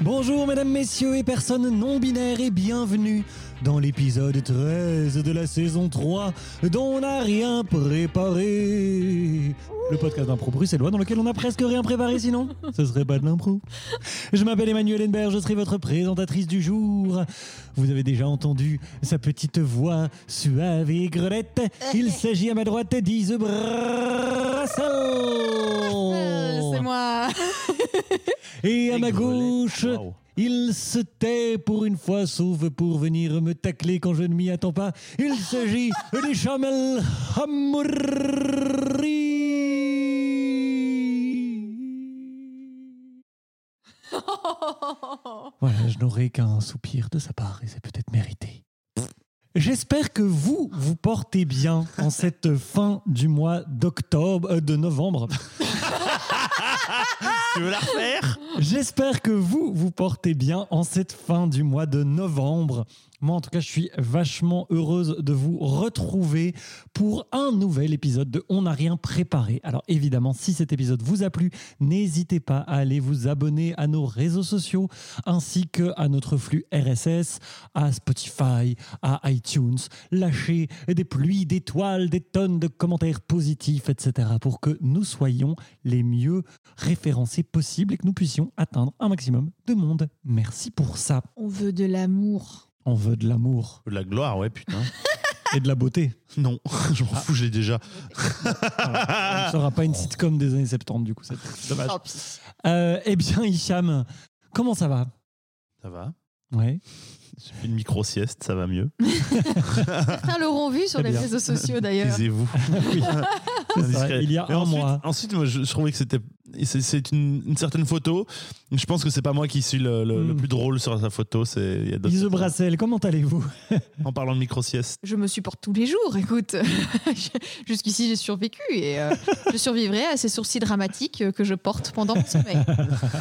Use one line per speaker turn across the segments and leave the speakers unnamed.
Bonjour mesdames, messieurs et personnes non binaires et bienvenue dans l'épisode 13 de la saison 3 dont on n'a rien préparé. Le podcast d'impro bruxellois dans lequel on n'a presque rien préparé sinon ce serait pas de l'impro. Je m'appelle Emmanuel Henbert, je serai votre présentatrice du jour. Vous avez déjà entendu sa petite voix suave et grelette. Il s'agit à ma droite d'Ise
Euh, c'est
Brassel.
moi.
Et à ma gauche,
Wow.
il se tait pour une fois, sauf pour venir me tacler quand je ne m'y attends pas. Il s'agit de Chamel Hamouri. Voilà, je n'aurai qu'un soupir de sa part et c'est peut-être mérité. J'espère que vous vous portez bien en cette fin du mois d'octobre, euh, de novembre.
Tu veux la refaire
J'espère que vous vous portez bien en cette fin du mois de novembre. Moi, en tout cas, je suis vachement heureuse de vous retrouver pour un nouvel épisode de On n'a rien préparé. Alors évidemment, si cet épisode vous a plu, n'hésitez pas à aller vous abonner à nos réseaux sociaux ainsi que à notre flux RSS, à Spotify, à iTunes. Lâchez des pluies d'étoiles, des tonnes de commentaires positifs, etc. pour que nous soyons les mieux référencés possibles et que nous puissions atteindre un maximum de monde. Merci pour ça.
On veut de l'amour.
On veut de l'amour
De La gloire, ouais, putain.
et de la beauté.
Non, je m'en fous, je l'ai déjà.
Ça Ah. sera pas une sitcom des années 70 du coup. C'est dommage.
Tant pis.
Euh, eh bien, Hicham, comment ça va
Ça va
Ouais.
J'ai fait une micro-sieste, ça va mieux.
Certains l'auront vu sur
Très
les
bien.
réseaux sociaux d'ailleurs.
Taisez-vous.
Oui, c'est ça,
Indiscret.
il y a
Et
un
ensuite,
mois.
Ensuite, moi, je, je trouvais que c'était. et c'est- C'est une, une certaine photo. Je pense que c'est pas moi qui suis le, le- le
Mm.
plus drôle sur sa photo. C'est il y a d'autres-
Lise Brassel, comment allez-vous
En parlant de micro-sieste.
Je me supporte tous les jours, écoute. Je- Jusqu'ici, j'ai survécu et euh, je survivrai à ces sourcils dramatiques euh, que je porte pendant mon sommeil. Ce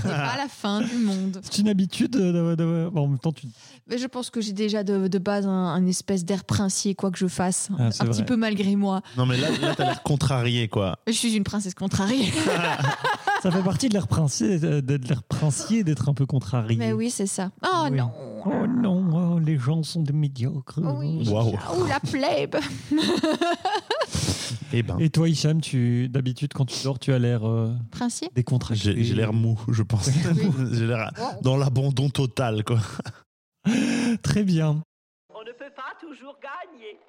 n'est pas la fin du monde.
C'est une habitude. de- de- de- bon, en même temps, tu
Mais je pense que j'ai déjà de, de base un, un espèce d'air princier, quoi que je fasse.
Ah,
un
c'est
petit
vrai.
peu malgré moi.
Non, mais là, là t'as l'air contrarié, quoi.
Je suis une princesse contrariée.
Ça fait partie de l'air princier, euh, de de l'air princier d'être un peu contrarié.
Mais oui, c'est ça. Oh
Oui.
non.
Oh non, oh, les gens sont des médiocres.
Oh oui.
Waouh.
Oh la plèbe.
Eh ben,
Et toi, Hicham, tu d'habitude quand tu dors, tu as l'air euh,
Princier.
décontracté.
j'ai j'ai l'air mou, je pense.
Oui.
J'ai l'air dans l'abandon total, quoi.
très bien.
On ne peut pas toujours gagner.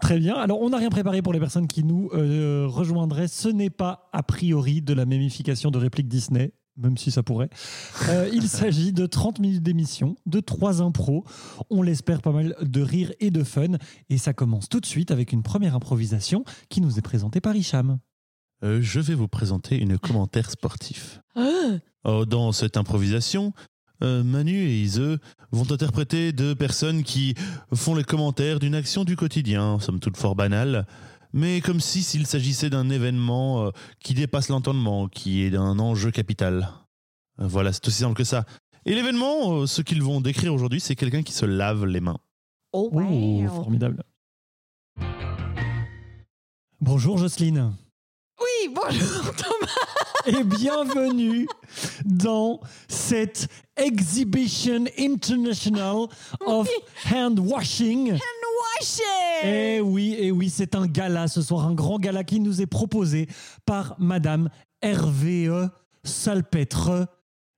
Très bien. Alors, on n'a rien préparé pour les personnes qui nous euh, rejoindraient. Ce n'est pas a priori de la mémification de répliques Disney, même si ça pourrait. Euh, il s'agit de 30 minutes d'émission, de trois impros. On l'espère pas mal de rire et de fun. Et ça commence tout de suite avec une première improvisation qui nous est présentée par Hicham.
Euh, je vais vous présenter une commentaire sportif. Oh, dans cette improvisation, euh, Manu et Ise vont interpréter deux personnes qui font les commentaires d'une action du quotidien, somme toute fort banale, mais comme si s'il s'agissait d'un événement euh, qui dépasse l'entendement, qui est d'un enjeu capital. Euh, Voilà, c'est aussi simple que ça. Et l'événement, euh, ce qu'ils vont décrire aujourd'hui, c'est quelqu'un qui se lave les mains.
Oh,
Oh, formidable. Bonjour Jocelyne
Oui, bonjour Thomas.
et bienvenue dans cette Exhibition International of Hand Washing.
Noaché
Eh oui, eh oui, c'est un gala ce soir, un grand gala qui nous est proposé par Madame RVE Salpêtre,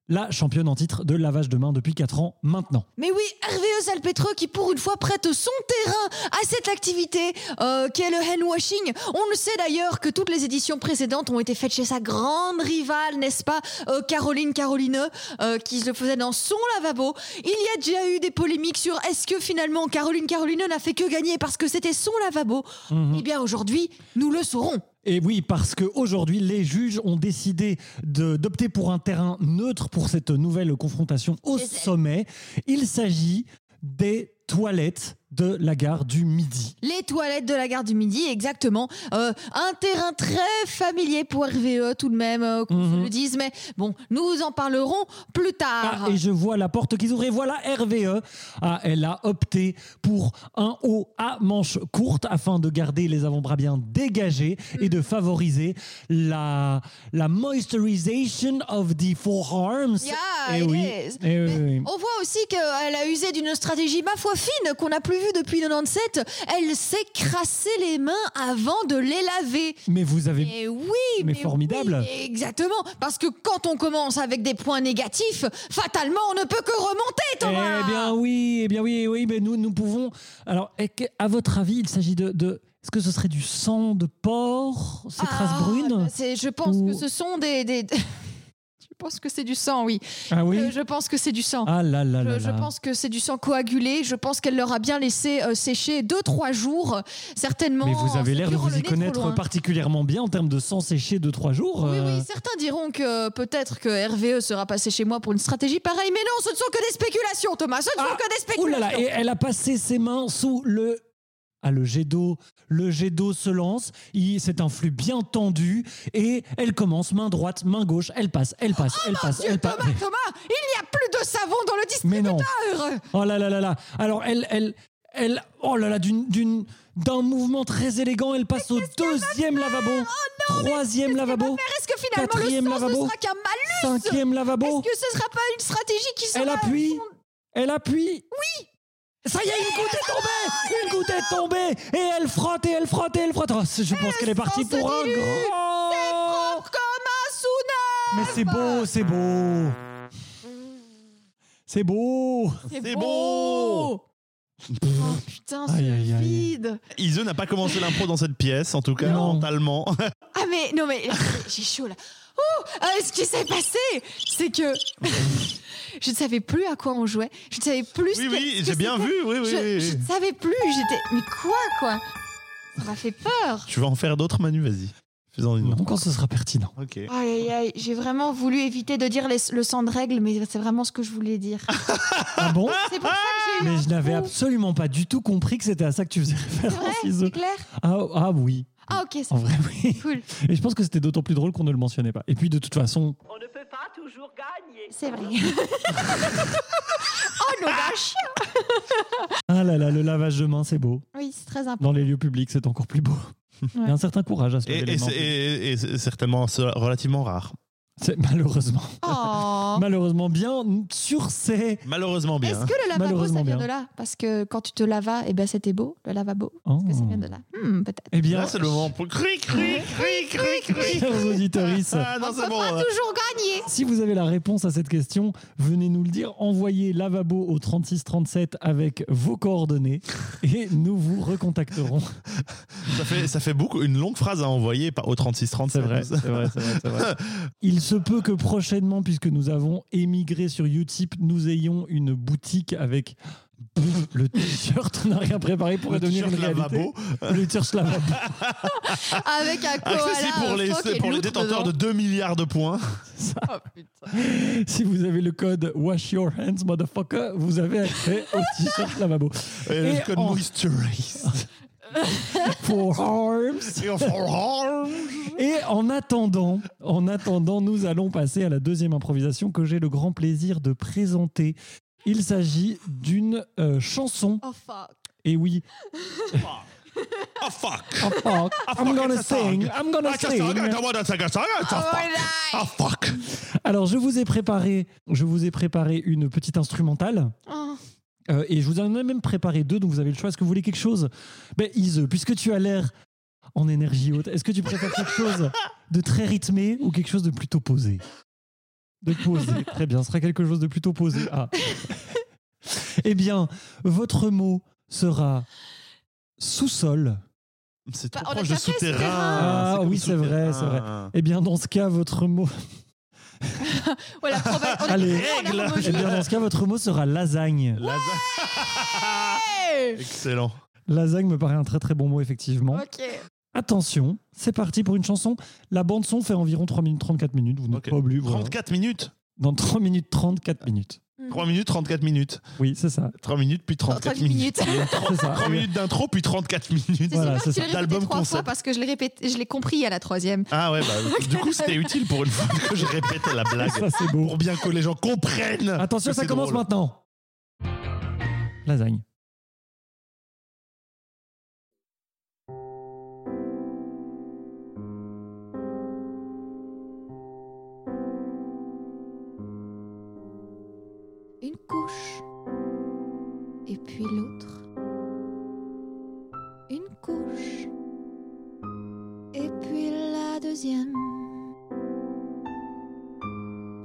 la championne en titre de lavage de main depuis 4 ans maintenant.
Mais oui, Hervé Salpétreux qui pour une fois prête son terrain à cette activité euh, qu'est le handwashing. On le sait d'ailleurs que toutes les éditions précédentes ont été faites chez sa grande rivale, n'est-ce pas, euh, Caroline Caroline, euh, qui le faisait dans son lavabo. Il y a déjà eu des polémiques sur est-ce que finalement Caroline Caroline n'a fait que gagner parce que c'était son lavabo.
Mhm.
Eh bien aujourd'hui, nous le saurons.
Et oui, parce qu'aujourd'hui, les juges ont décidé de- d'opter pour un terrain neutre pour cette nouvelle confrontation au
Chez elle.
sommet. Il s'agit des toilettes de la gare du Midi.
Les toilettes de la gare du Midi, exactement. Euh, un terrain très familier pour RVE tout de même, euh, qu'on se
Mhm.
le dise, mais bon, nous en parlerons plus tard.
Ah, et je vois la porte qu'ils ouvrent et voilà RVE. Ah, elle a opté pour un haut à manches courtes afin de garder les avant-bras bien dégagés
Hmm.
et de favoriser la, la moisturization of the forearms.
Yeah,
Eh
it
oui.
is.
Eh oui, oui, oui.
On voit aussi qu'elle a usé d'une stratégie, ma foi, fine, qu'on n'a plus vue depuis 97. Elle s'est crassée les mains avant de les laver.
Mais vous avez
Mais oui,
mais formidable.
oui, exactement, parce que quand on commence avec des points négatifs, fatalement, on ne peut que remonter, Thomas.
Eh bien oui, eh bien oui, oui, mais nous, nous pouvons. Alors, est que- à votre avis, il s'agit de, de- Est-ce que ce serait du sang de porc, ces traces
Ah,
brunes
c'est- Je pense
Ou-
que ce sont des. des-
Je pense que c'est du sang, oui.
Ah oui.
Euh, Je pense que c'est du sang.
Ah là là là.
Je, je
là.
pense
que c'est du sang coagulé. Je pense qu'elle leur a bien laissé euh, sécher deux trois jours, certainement.
Mais vous avez
en
l'air de
secouant
vous
le
y
nez trop
connaître
loin.
particulièrement bien en termes de sang séché de trois jours.
Oui,
euh,
oui, certains diront que peut-être que RVE sera passé chez moi pour une stratégie pareille, mais non, ce ne sont que des spéculations, Thomas, ce ne sont
Ah,
que des
Ouh
spéculations.
là là, et elle a passé ses mains sous le. Ah, le jet d'eau. Le jet d'eau se lance. Il- C'est un flux bien tendu. Et elle commence, main droite, main gauche. Elle passe, elle passe, elle passe,
Oh Dieu,
elle passe.
Thomas, Thomas, il n'y a plus de savon dans le
Mais non.
distributeur.
Oh là là là là. Alors, elle. elle elle, oh là là, d'une, d'une, d'un mouvement très élégant, elle passe au deuxième lavabo, troisième lavabo,
Est-ce que finalement
Quatrième
le sang
lavabo.
ne sera qu'un malus
cinquième lavabo.
Est-ce que ce ne sera pas une stratégie qui sera
Elle appuie. Elle appuie. Oui. Ça y est, une goutte est tombée. Une goutte est tombée. Et elle frotte et elle frotte et elle frotte. Oh, je pense qu'elle est partie
se
pour un
dilue.
grand.
propre comme un sauna
Mais c'est beau, c'est beau. C'est beau.
C'est beau
Oh putain, ce
Aïe, aïe, aïe.
vide
Ize n'a pas commencé l'impro dans cette pièce, en tout cas
Non.
mentalement.
Ah mais non mais j'ai chaud là. Oh, euh, ce qui s'est passé, c'est que je ne savais plus à quoi on jouait. Je ne savais plus.
oui,
ce que- ce
oui,
que
j'ai bien
c'était.
vu, oui, oui.
Je,
oui.
je ne savais plus. J'étais mais quoi quoi Ça m'a fait peur.
Tu vas en faire d'autres, Manu, vas-y. Fais-en une autre.
Non, quand ce sera pertinent.
Ok.
Aïe, aïe, aïe, j'ai vraiment voulu éviter de dire les- le sang de règle, mais c'est vraiment ce que je voulais dire.
Ah bon
C'est pour ça que j'ai eu.
Mais
un
je n'avais
trou.
absolument pas du tout compris que c'était à ça que tu faisais
C'est vrai,
référence, Iso.
c'est clair.
Ah, ah oui,
Ah ok, ça
en vrai oui.
cool.
Et je pense que c'était d'autant plus drôle qu'on ne le mentionnait pas. Et puis de toute façon,
On ne peut pas toujours gagner.
C'est vrai. oh nos vaches.
ah là là, le lavage de mains, c'est beau.
Oui, c'est très important.
Dans les lieux publics, c'est encore plus beau. Il y a un certain courage à ce
Et, et c'est- et- et c'est certainement c'est relativement rare.
C'est malheureusement,
Oh.
malheureusement bien sur ces.
Malheureusement bien.
Est-ce que le lavabo
Malheureusement
ça vient
bien.
de là Parce que quand tu te lavas, eh ben c'était beau le lavabo. Est-ce que ça
Oh.
vient de là Hmm, Peut-être.
Eh bien,
Là, c'est le moment pour cri, cri, cri, cri, cri.
chers auditeuristes,
Ah non, c'est bon.
toujours gagner.
si vous avez la réponse à cette question, venez nous le dire. Envoyez lavabo au 3637 avec vos coordonnées et nous vous recontacterons.
Ça fait, ça fait beaucoup, une longue phrase à envoyer par- au 3630.
C'est vrai, c'est vrai, c'est vrai, c'est vrai. Il se peut que prochainement, puisque nous avons émigré sur Utip, nous ayons une boutique avec le t-shirt. On n'a rien préparé pour
Le
devenir une
t-shirt
réalité.
lavabo.
Le t-shirt lavabo.
Ah,
Avec un koala.
Accessible pour les,
un phoque et
pour
une
les
loutre
détenteurs
dedans.
de 2 milliards de points.
Oh, putain.
Si vous avez le code Wash Your Hands, motherfucker, vous avez accès au t-shirt lavabo.
Et,
Et
le code
en-
Moisturize.
For arms.
Et en forearm.
Et en attendant, en attendant, nous allons passer à la deuxième improvisation que j'ai le grand plaisir de présenter. Il s'agit d'une euh, chanson.
Oh fuck.
Et oui,
Oh fuck.
Oh, fuck. I'm gonna sing, I'm gonna sing.
Oh,
Ah fuck
Alors je vous ai préparé, je vous ai préparé une petite instrumentale.
Oh.
Euh, et je vous en ai même préparé deux, donc vous avez le choix. Est-ce que vous voulez quelque chose Ben, Ise, puisque tu as l'air en énergie haute, est-ce que tu préfères quelque chose de très rythmé ou quelque chose de plutôt posé De posé, très bien. Ce sera quelque chose de plutôt posé. Ah. eh bien, votre mot sera sous-sol.
C'est
Bah,
trop
on a
proche de
déjà fait ce
souterrain.
terrain.
Ah,
comme
oui, c'est
souterrain.
vrai, c'est vrai. Eh bien, dans ce cas, votre mot.
Ouais, la proba- on a-
Allez.
on a
Règle.
remogi.
Eh bien, dans ce cas, votre mot sera lasagne.
Lasagne. Excellent.
Lasagne me paraît un très très bon mot, effectivement.
Ok.
Attention, c'est parti pour une chanson. La bande son fait environ 3 minutes 34 minutes, vous n'êtes
Ok.
pas obligé. voilà.
34 minutes
Dans 3 minutes 34 minutes.
Hmm.
3 minutes, 34 minutes.
Oui, c'est ça.
3 minutes, puis 34
30
minutes.
minutes.
C'est ça.
3 minutes d'intro, puis 34 minutes.
C'est
Voilà,
super
c'est
que tu
ça.
l'aies répété
L'album
trois fois
concept.
parce que je l'ai répété, je l'ai compris à la troisième.
Ah ouais, bah, du coup, c'était utile pour une fois que je répète la blague.
Ça, c'est beau.
Pour bien que les gens comprennent.
Attention,
que
ça
c'est
commence
drôle.
maintenant. Lasagne.
Une couche. Et puis l'autre. Une couche. Et puis la deuxième.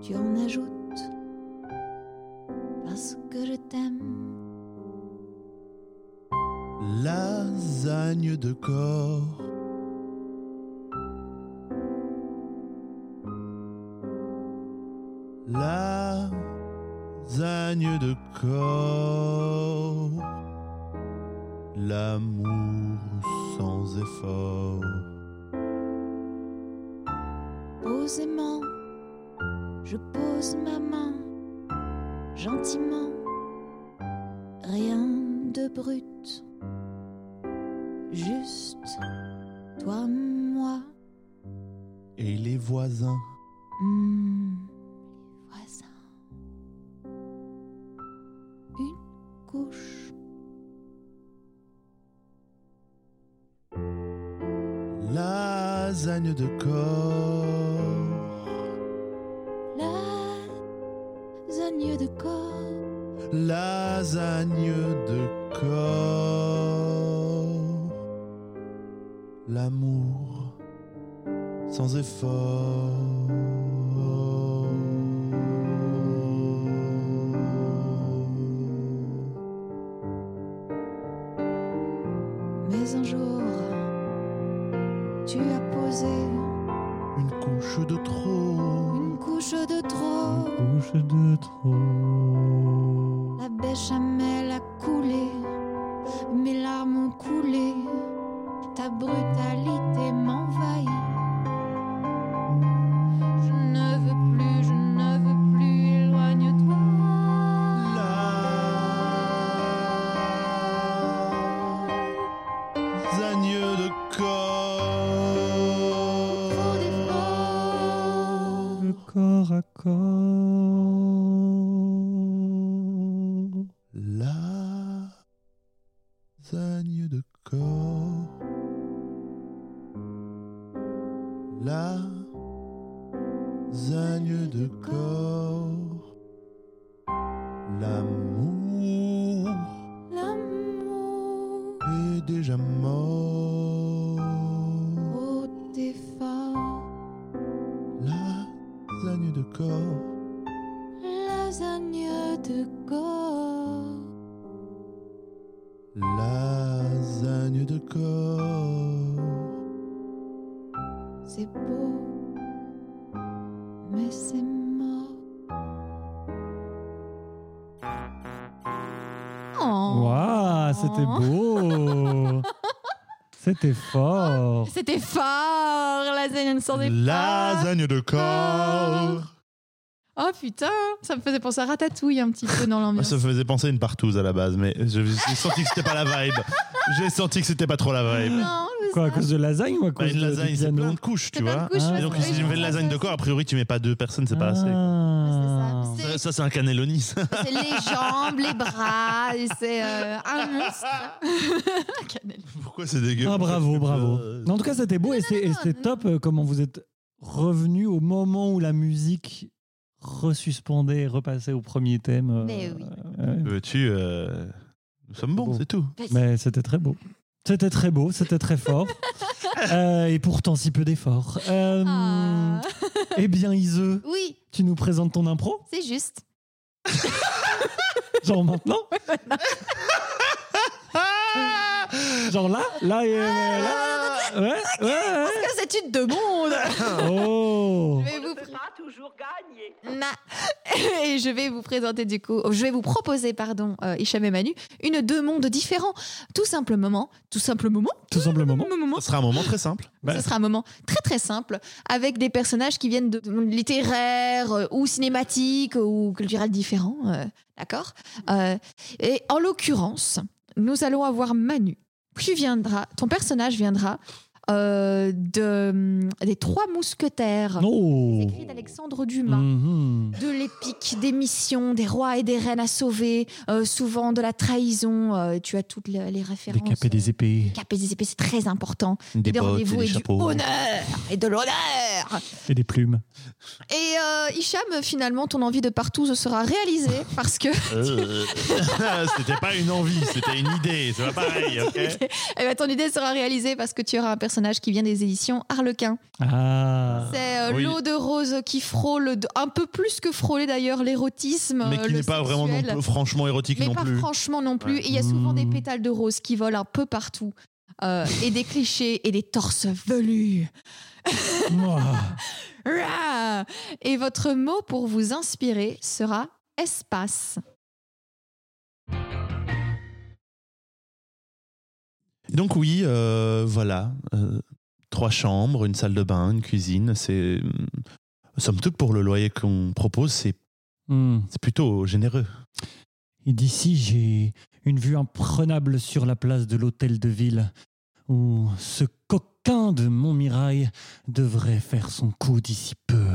Tu en ajoutes. Parce que je t'aime.
Lasagne de corps. Lasagne de corps. L'amour sans effort.
Posément. Je pose ma main. Gentiment. Rien de brut. Juste. Toi, moi.
Et les voisins.
Hmm, les voisins. Une couche.
Lasagne de corps.
Lasagne de corps.
Lasagne de corps. L'amour sans effort.
Mais un jour, tu as posé
Une couche de trop.
une couche de trop.
Couche de trop.
La béchamel a coulé, mes larmes ont coulé. Ta brutalité m'envahit. Je ne veux plus, je ne veux plus, éloigne-toi.
Lasagne de
Trop d'efforts.
corps.
Le corps à corps.
Lasagne de corps. Lasagne de corps. L'amour
L'amour,
est déjà mort.
trop d'efforts.
Lasagne de corps.
Lasagne de corps.
Lasagne de corps.
C'est beau, mais c'est mort.
Oh.
Waouh, c'était beau. c'était fort.
C'était fort, lasagne sans effort.
Lasagne de corps.
Oh putain, ça me faisait penser à Ratatouille un petit peu dans
Moi,
l'ambiance.
Ah, ça me faisait penser à une partouze à la base, mais je- j'ai senti que c'était pas la vibe. J'ai senti que c'était pas trop la vibe.
Non, mais
Quoi, à
ça-
cause de lasagne ou à
Bah,
cause
une
de, du
lasagne, c'est
piano
plein de couches, tu
C'est plein de
vois.
couches,
Ah.
ouais,
Et donc,
c'est
ici,
si
vrai,
une
je
belle
pense à
lasagne de
ça.
corps, a priori, tu mets pas deux personnes, c'est pas assez.
Ah.
C'est
Ça, ça, c'est un cannelloni. ça.
C'est les jambes, les bras, et c'est euh, un monstre. Cannelle.
Pourquoi c'est dégueu
Ah, bravo, bravo.
Euh,
Non, en tout cas, c'était beau et c'est- et c'était top euh, comment vous êtes revenu au moment où la musique resuspendait et repassait au premier thème. euh,
Mais oui.
euh, ouais.
Veux-tu. euh, Nous sommes bons,
Bon.
c'est tout.
Mais c'était très beau. C'était très beau, c'était très fort. Euh, et pourtant, si peu d'efforts. Euh,
Ah.
Eh bien, Iseu,
Oui,
tu nous présentes ton impro
c'est juste.
Genre maintenant Genre là Là et euh, là ouais, ouais.
Parce que c'est une de monde.
Oh.
Je vais
On
vous
ne peut pas toujours gagner.
Ma- et je vais vous présenter du coup, je vais vous proposer, pardon, euh, Hicham et Manu, une deux mondes différents. Tout simplement, tout simplement,
Tout simplement.
un moment,
Ce sera un moment très simple.
Bah.
ce sera un moment très très simple avec des personnages qui viennent de mondes littéraires euh, ou cinématiques ou culturels différents, euh, d'accord Euh, Et en l'occurrence, nous allons avoir Manu. Tu viendras, ton personnage viendra euh, de, hum, des Trois Mousquetaires,
Oh.
écrit d'Alexandre Dumas
Mhm.
de l'épique, des missions, des rois et des reines à sauver, euh, souvent de la trahison. euh, tu as toutes les,
Des
les références.
capes et des épées.
Cap et des épées, c'est très important.
Des
des
bottes et
rendez-vous
des
et du
chapeaux.
honneur et de l'honneur.
Et des plumes.
Et euh, Hicham, finalement, ton envie de partout se sera réalisée parce que eh
Euh, c'était pas une envie, c'était une idée. C'est pas pareil. ok
eh ben, ton idée sera réalisée parce que tu auras un personnage qui vient des éditions Harlequin.
Ah.
C'est euh,
Oui.
l'eau de rose qui frôle de- un peu plus que frôler d'ailleurs l'érotisme.
Mais
euh,
qui
le
n'est pas vraiment non
sexuel.
plus, franchement érotique
mais
non
pas
plus.
franchement non plus.
Ouais.
Et il y a souvent des
Mmh.
pétales de rose qui volent un peu partout. Euh, et des clichés et des torses velus.
Ouah.
Rah Et votre mot pour vous inspirer sera espace.
Donc oui, euh, voilà. Euh, trois chambres, une salle de bain, une cuisine. C'est hum, somme toute pour le loyer qu'on propose, c'est
Hmm.
c'est plutôt généreux.
Et d'ici, j'ai une vue imprenable sur la place de l'hôtel de ville, où ce coquin de Montmirail devrait faire son coup d'ici peu.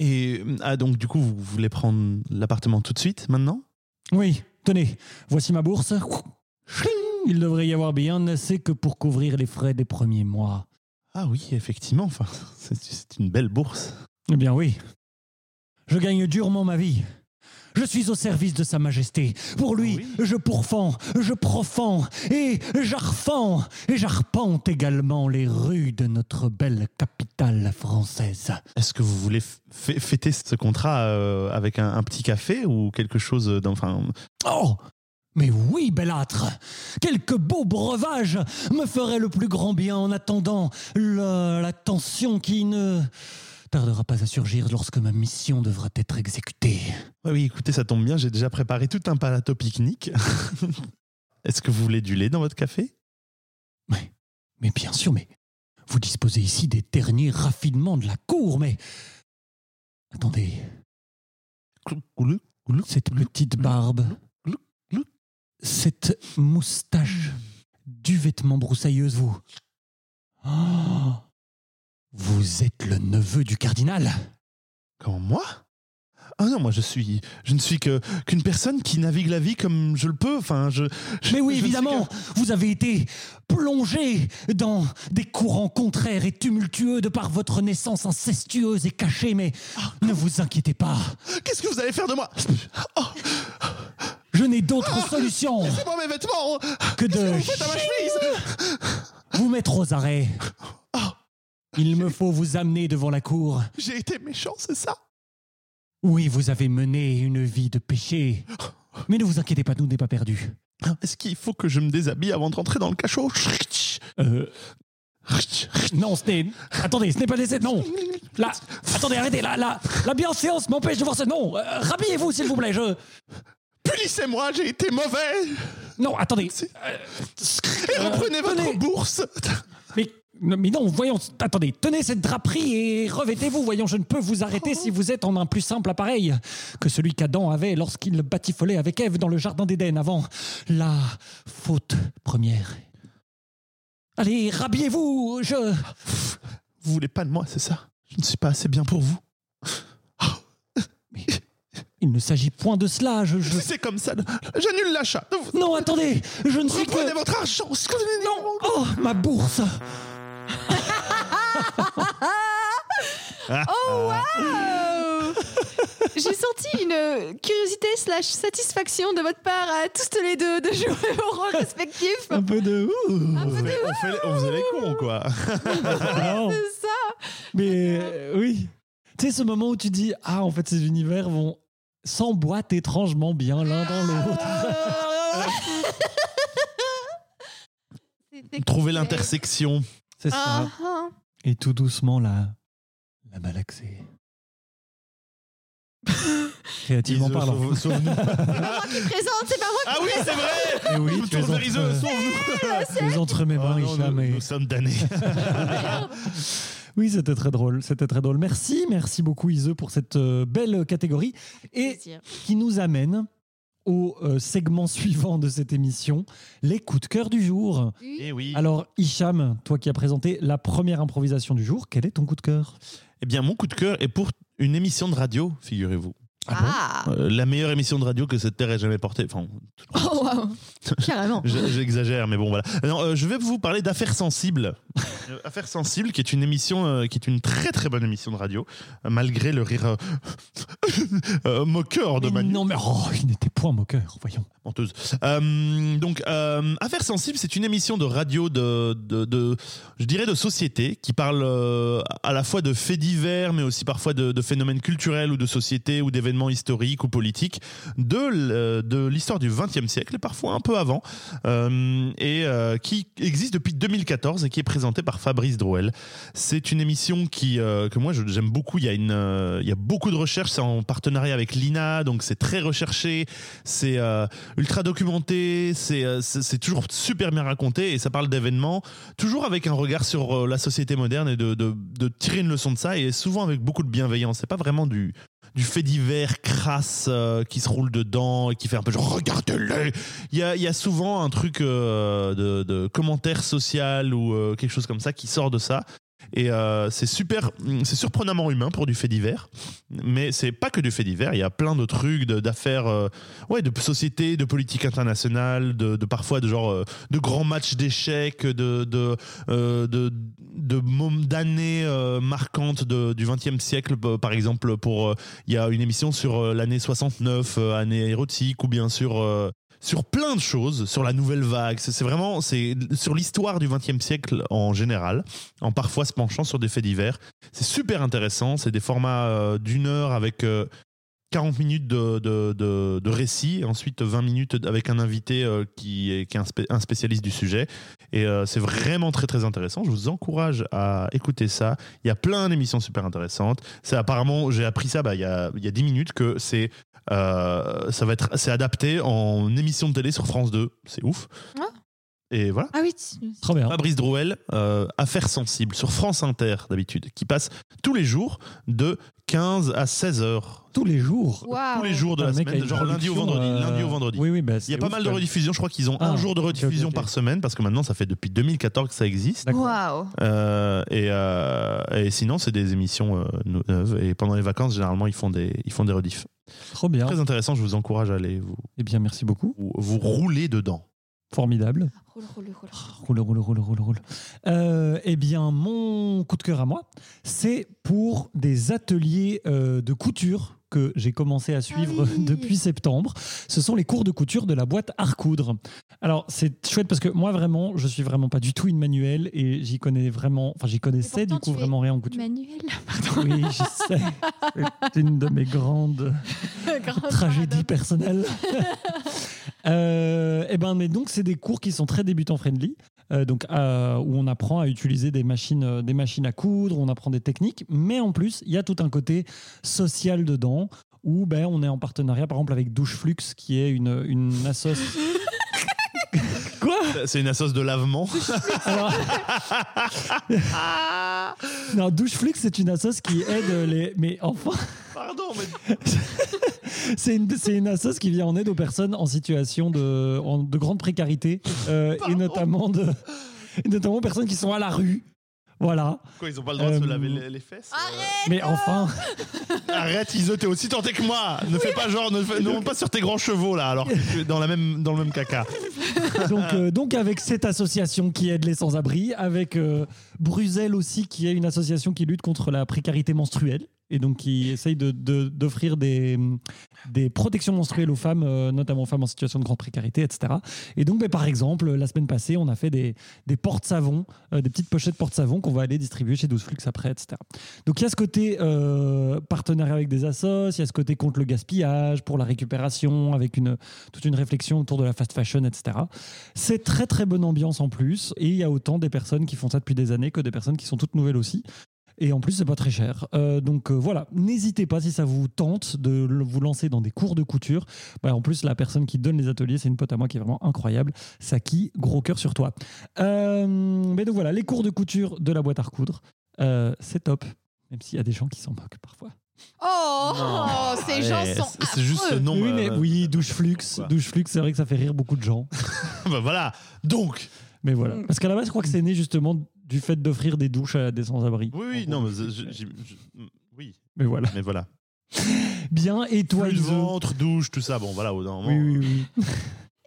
Et hum, ah donc du coup vous voulez prendre l'appartement tout de suite maintenant
Oui, tenez, voici ma bourse. Chling Il devrait y avoir bien assez que pour couvrir les frais des premiers mois.
Ah oui, effectivement. Enfin, c'est- c'est une belle bourse.
Eh bien oui. Je gagne durement ma vie. Je suis au service de Sa Majesté. Pour lui,
Oui.
je pourfends, je profends et j'arfends et j'arpente également les rues de notre belle capitale française.
Est-ce que vous voulez f- f- fêter ce contrat euh, avec un, un petit café ou quelque chose d'un- enfin
Oh Mais oui, belâtre Quelques beaux breuvages me feraient le plus grand bien en attendant le- la tension qui ne tardera pas à surgir lorsque ma mission devra être exécutée.
Ouais, Oui, écoutez, ça tombe bien, j'ai déjà préparé tout un palato pique-nique. Est-ce que vous voulez du lait dans votre café
Mais bien sûr, mais vous disposez ici des derniers raffinements de la cour, mais... Attendez,
Coulou, coulou.
cette petite barbe, cette moustache du vêtement broussailleuse, vous... Oh vous êtes le neveu du cardinal
Comment moi Ah non, moi je suis, je ne suis que qu'une personne qui navigue la vie comme je le peux. Enfin, je. je-
Mais oui,
je ne suis
évidemment,
que-
vous avez été plongé dans des courants contraires et tumultueux de par votre naissance incestueuse et cachée, mais
Ah,
ne vous inquiétez pas,
Qu'est-ce que vous allez faire de moi Oh,
je n'ai d'autre solution
laissez-moi mes vêtements.
que
Qu'est-ce que
de
vous faites à ma chemise
vous mettre aux arrêts.
Ah.
Il me faut vous amener devant la cour.
J'ai été méchant, c'est ça
Oui, vous avez mené une vie de péché. Mais ne vous inquiétez pas, nous n'est pas perdu.
Est-ce qu'il faut que je me déshabille avant de rentrer dans le cachot
Euh, non, ce n'est... Attendez, ce n'est pas des... Non Là, attendez, arrêtez, là, là, la bienséance m'empêche de voir ce... Non, euh, rhabillez-vous, s'il vous plaît, je...
Punissez-moi, j'ai été mauvais.
Non, attendez.
C'est-
Euh,
Et reprenez
tenez.
votre bourse.
mais, non, mais non, voyons. Attendez, tenez cette draperie et revêtez-vous. Voyons, je ne peux vous arrêter si vous êtes en un plus simple appareil que celui qu'Adam avait lorsqu'il batifolait avec Ève dans le jardin d'Éden avant la faute première. Allez, rhabillez-vous. Je.
Vous voulez pas de moi, c'est ça Je ne suis pas assez bien pour vous.
Il ne s'agit point de cela. Je. je-
C'est comme ça. J'annule l'achat. Vous-
Non, attendez. Je ne suis
Reprenez
que.
votre argent.
Non. Oh, ma bourse.
Oh
Ah,
wow Oh J'ai senti une curiosité slash satisfaction de votre part à tous les deux de jouer au rôle respectif.
Ah
peu de.
Un peu de-
On, fait, on faisait les cons, quoi.
Oh.
C'est ça.
Mais euh, oui. Tu sais, ce moment où tu dis Ah, en fait, ces univers vont s'emboîtent étrangement
Ah,
bien l'un dans l'autre.
C'est
trouver l'intersection.
C'est
Ah,
ça.
ah.
Et tout doucement, la, la malaxer. Créativement
Iso,
parlant.
sauve- sauve-nous.
Présente, c'est pas moi.
ah oui, c'est vrai
Et oui,
Je me
tu es
tourne vers
entre,
Iso, sauve-nous
tu es entre mes mains,
Ah non,
Hicham,
nous,
et-
nous sommes damnés.
Oui, c'était très drôle. C'était très drôle. Merci, merci beaucoup, Ise, pour cette euh, belle catégorie. Et
Plaisir.
qui nous amène au euh, segment suivant de cette émission, les coups de cœur du jour.
Eh oui.
Alors, Hicham, toi qui as présenté la première improvisation du jour, quel est ton coup de cœur
Eh bien, mon coup de cœur est pour une émission de radio, figurez-vous.
Ah,
Euh, la meilleure émission de radio que cette terre ait jamais portée. Enfin,
Oh, waouh. Carrément.
Je- J'exagère, mais bon, voilà. Non, euh, je vais vous parler d'Affaires Sensibles. Euh, Affaires Sensibles, qui est une émission, euh, qui est une très très bonne émission de radio, euh, malgré le rire euh, euh, moqueur de
Mais
Manu.
Non, mais oh, il n'était point moqueur, voyons.
Menteuse. Euh, donc, euh, Affaires Sensibles, c'est une émission de radio de, de, de- je dirais, de société, qui parle euh, à la fois de faits divers, mais aussi parfois de, de phénomènes culturels ou de société ou d'événements historiques ou politiques de l- euh, de l'histoire du XXe siècle, et parfois un peu avant, euh, et euh, qui existe depuis 2014 et qui est présentée par Fabrice Drouel. C'est une émission qui, euh, que moi je- j'aime beaucoup. Il y, a une, euh, il y a beaucoup de recherches, c'est en partenariat avec l'INA, donc c'est très recherché, c'est euh, ultra documenté, c'est euh, c'est c'est toujours super bien raconté et ça parle d'événements, toujours avec un regard sur euh, la société moderne et de, de- de tirer une leçon de ça et souvent avec beaucoup de bienveillance. C'est pas vraiment du du fait divers crasse euh, qui se roule dedans et qui fait un peu genre regardez-le. Il y a, il y a souvent un truc euh, de, de commentaire social ou euh, quelque chose comme ça qui sort de ça. Et euh, c'est super, c'est surprenamment humain pour du fait divers, mais c'est pas que du fait divers. Il y a plein de trucs, de- d'affaires euh, ouais, de société, de politique internationale, de, de parfois de genre euh, de grands matchs d'échecs, de de euh, de, de mom- d'années euh, marquantes de- du XXe siècle, p- par exemple pour euh, il y a une émission sur euh, l'année 69, euh, année érotique, ou bien sur euh, sur plein de choses, sur la nouvelle vague. C'est c'est vraiment c'est sur l'histoire du XXe siècle en général, en parfois se penchant sur des faits divers. C'est super intéressant. C'est des formats euh, d'une heure avec euh, 40 minutes de, de, de, de récit, et ensuite 20 minutes avec un invité euh, qui est, qui est un, spé- un spécialiste du sujet. Et euh, c'est vraiment très très intéressant. Je vous encourage à écouter ça. Il y a plein d'émissions super intéressantes. C'est apparemment, j'ai appris ça bah, il, y a, il y a 10 minutes, que c'est euh, ça va être c'est adapté en émission de télé sur France 2. C'est ouf.
Ah.
Et voilà.
Ah oui. tu-
Très bien.
Fabrice Drouel, euh, Affaires sensibles sur France Inter d'habitude, qui passe tous les jours de 15 à 16 heures
Tous les jours.
Ah
Waouh.
tous les jours de
Un
la
mec a
semaine,
une
genre lundi au
production,
vendredi.
euh,
Lundi au vendredi.
Oui, oui, bah,
Il y
c'est
a pas
ouf,
mal de
quand même.
rediffusions, je crois qu'ils ont
Ah,
un jour de
ok, ok,
rediffusion
ok.
par semaine, parce que maintenant ça fait depuis 2014 que ça existe.
D'accord.
waouh.
Euh, et, euh, et sinon, c'est des émissions euh, nou- neuves. Et pendant les vacances, généralement, ils font des, ils font des redifs.
Trop bien.
Très intéressant, je vous encourage à aller vous,
Eh bien, merci beaucoup.
vous, vous rouler dedans.
Formidable.
Roule, roule, roule.
Roule, roule, roule, roule, roule. Euh, eh bien, mon coup de cœur à moi, c'est pour des ateliers euh, de couture que j'ai commencé à
Ah
suivre
oui.
depuis septembre. Ce sont les cours de couture de la boîte Arcoudre. Alors, c'est chouette parce que moi, vraiment, je suis vraiment pas du tout une manuelle et j'y connais vraiment, enfin, j'y connaissais du
pourtant,
coup
tu es
vraiment rien en couture.
Manuel.
Oui, je sais. C'est une de mes grandes
Grave
tragédie
paradoxe.
personnelle. Euh, et ben, mais donc c'est des cours qui sont très débutants friendly, euh, donc euh, où on apprend à utiliser des machines, euh, des machines à coudre, on apprend des techniques, mais en plus il y a tout un côté social dedans où ben on est en partenariat par exemple avec Douche Flux qui est une une assoce. Quoi
C'est une assoce de lavement.
Alors... non, Douche Flux c'est une assoce qui aide les mais enfin
Pardon, mais
C'est une, c'est une assoce qui vient en aide aux personnes en situation de, en- de grande précarité euh, et
Pardon.
notamment de, et notamment aux personnes qui sont à la rue. Voilà.
quoi, ils ont pas le droit de se
Euh,
laver les, les fesses Arrête
Mais enfin,
Arrête, Iso, t'es aussi tenté que moi Ne fais pas genre, ne, fais- ne monte pas sur tes grands chevaux là, alors que tu es dans, la même, dans le même caca.
donc, euh, donc avec cette association qui aide les sans-abri, avec euh, Bruxelles aussi qui est une association qui lutte contre la précarité menstruelle. et donc qui essaye de- de- d'offrir des, des protections menstruelles aux femmes, euh, notamment aux femmes en situation de grande précarité, etc. Et donc, ben, par exemple, la semaine passée, on a fait des, des portes-savons, euh, des petites pochettes porte-savons qu'on va aller distribuer chez 12 Flux après, etc. Donc, il y a ce côté euh, partenariat avec des assos, il y a ce côté contre le gaspillage, pour la récupération, avec une, toute une réflexion autour de la fast fashion, etc. C'est très, très bonne ambiance en plus. Et il y a autant des personnes qui font ça depuis des années que des personnes qui sont toutes nouvelles aussi. Et en plus, c'est pas très cher. Euh, donc euh, voilà, n'hésitez pas si ça vous tente de le- vous lancer dans des cours de couture. Bah, en plus, la personne qui donne les ateliers, c'est une pote à moi qui est vraiment incroyable. Saki, gros cœur sur toi. Euh, mais donc voilà, les cours de couture de la boîte à recoudre, euh, c'est top. Même s'il y a des gens qui s'en moquent parfois.
Oh,
Non.
ces
Ouais,
gens sont
c'est- C'est juste ce nom.
oui,
euh,
mais oui, douche flux,
Quoi
douche flux, c'est vrai que ça fait rire beaucoup de gens.
bah voilà. Donc.
Mais voilà,
Mm.
parce qu'à la base, je crois que c'est né justement du fait d'offrir des douches à des sans-abri.
Oui, oui,
En gros.
non, mais je- je- je- oui,
Mais voilà.
mais voilà.
Bien, et toi,
Plus de
Iso
ventre, douche, tout ça. Bon, voilà, au bout d'un moment.
Oui, oui, oui.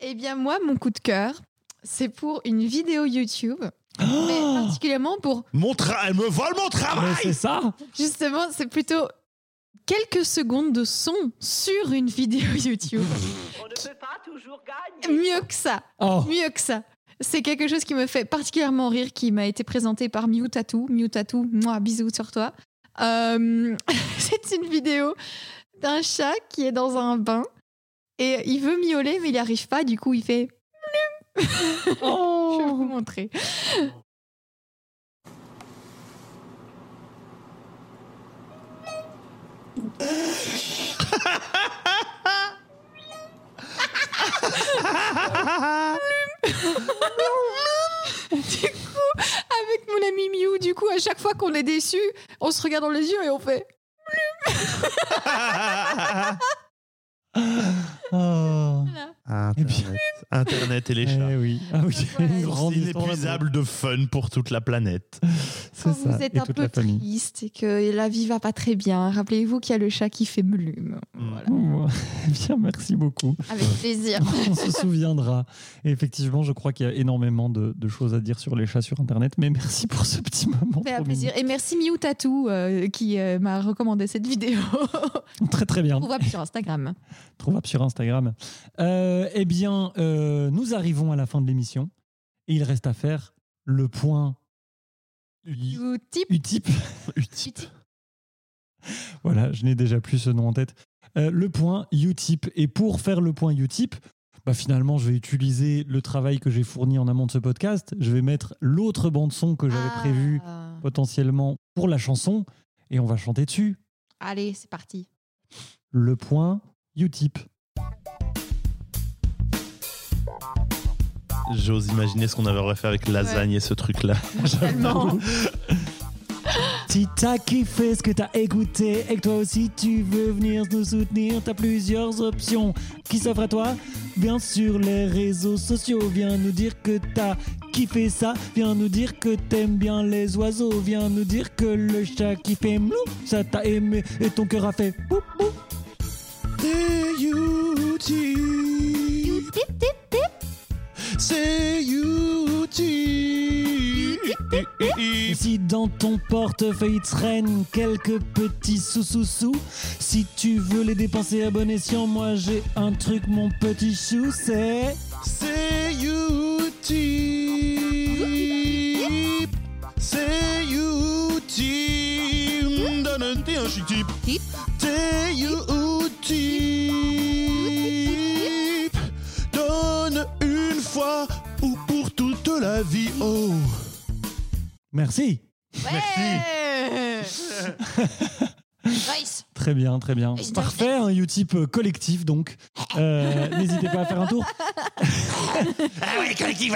Eh bien, moi, mon coup de cœur, c'est pour une vidéo YouTube, mais
Oh.
particulièrement pour
Mon tra- elle me vole mon
Ah, Mais
travail
c'est ça
Justement, c'est plutôt quelques secondes de son sur une vidéo YouTube.
On ne peut pas toujours gagner.
mieux que ça,
Oh
mieux que ça. C'est quelque chose qui me fait particulièrement rire, qui m'a été présenté par Miu Tatou. Miu Tatou, moi, bisous sur toi. Euh, c'est une vidéo d'un chat qui est dans un bain et il veut miauler, mais il n'y arrive pas. Du coup, il fait. Je vais vous montrer. Du coup, avec mon ami Miu, du coup, à chaque fois qu'on est déçu, on se regarde dans les yeux et on fait. Ah
Oh.
Internet.
Eh bien.
Internet et les chats.
Eh oui. Ah oui,
Voilà.
une grande
C'est
histoire
inépuisable de fun pour toute la planète.
d'amour. C'est
Quand
ça.
Oh, vous êtes
et
un
toute
peu
la famille.
triste et que la vie va pas très bien, rappelez-vous qu'il y a le chat qui fait mlume.
Mm.
Voilà.
Bon, Bien, merci beaucoup.
Avec plaisir.
On se souviendra. Et effectivement, je crois qu'il y a énormément de, de choses à dire sur les chats sur Internet, mais merci pour ce petit moment.
Fait à
trop
Bah, plaisir. Et merci Miu Tatou euh, qui euh, m'a recommandé cette vidéo.
mignon. Très très bien.
On voit sur Instagram.
Trouvable sur Instagram. Euh, eh bien, euh, nous arrivons à la fin de l'émission. Et il reste à faire le point
Utip.
You type
UTIP. Voilà, je n'ai déjà plus ce nom en tête. Euh, le point Utip. Et pour faire le point Utip, bah finalement, je vais utiliser le travail que j'ai fourni en amont de ce podcast. Je vais mettre l'autre bande-son que j'avais
Ah.
prévue potentiellement pour la chanson et on va chanter dessus.
Allez, c'est parti.
Le point Utip.
Mm. J'ose imaginer ce qu'on aurait fait avec lasagne et ce truc-là.
Tellement.
Si t'as kiffé ce que t'as écouté et que toi aussi tu veux venir nous soutenir, t'as plusieurs options qui s'offrent à toi. Viens sur les réseaux sociaux, viens nous dire que t'as kiffé ça, viens nous dire que t'aimes bien les oiseaux, viens nous dire que le chat qui fait mlou, ça t'a aimé et ton cœur a fait boum boum.
C'est Utip. C'est
Et
Utip.
Si dans ton portefeuille il te traîne quelques petits sous-sous-sous, si tu veux les dépenser à bon escient, moi j'ai un truc, mon petit chou, c'est.
C'est Utip. C'est Utip. Donne un petit un chic tip. C'est Utip. Donne une fois ou pour toute la vie. Oh.
Merci.
Ouais.
Nice.
Très bien, très bien.
Nice,
Parfait, un Utip collectif donc. Euh, N'hésitez pas à faire un tour.
Ah ouais, collective.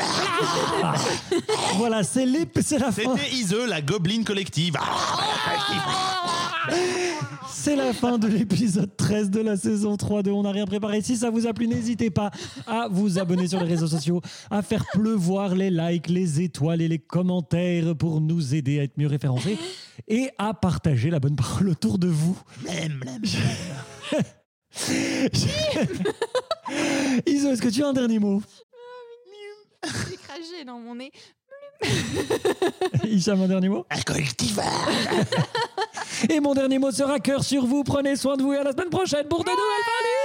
Voilà, c'est les- c'est la fin.
C'était Ise, la gobeline collective. Ah.
C'est la fin de l'épisode 13 de la saison 3 de On n'a rien préparé. Si ça vous a plu, n'hésitez pas à vous abonner sur les réseaux sociaux, à faire pleuvoir les likes, les étoiles et les commentaires pour nous aider à être mieux référencés et à partager la bonne parole autour de vous. Iso, est-ce que tu as un dernier mot
J'ai craché dans mon nez.
Hicham, un dernier mot
Un collective.
Et mon dernier mot sera cœur sur vous. Prenez soin de vous et à la semaine prochaine pour de nouvelles menus.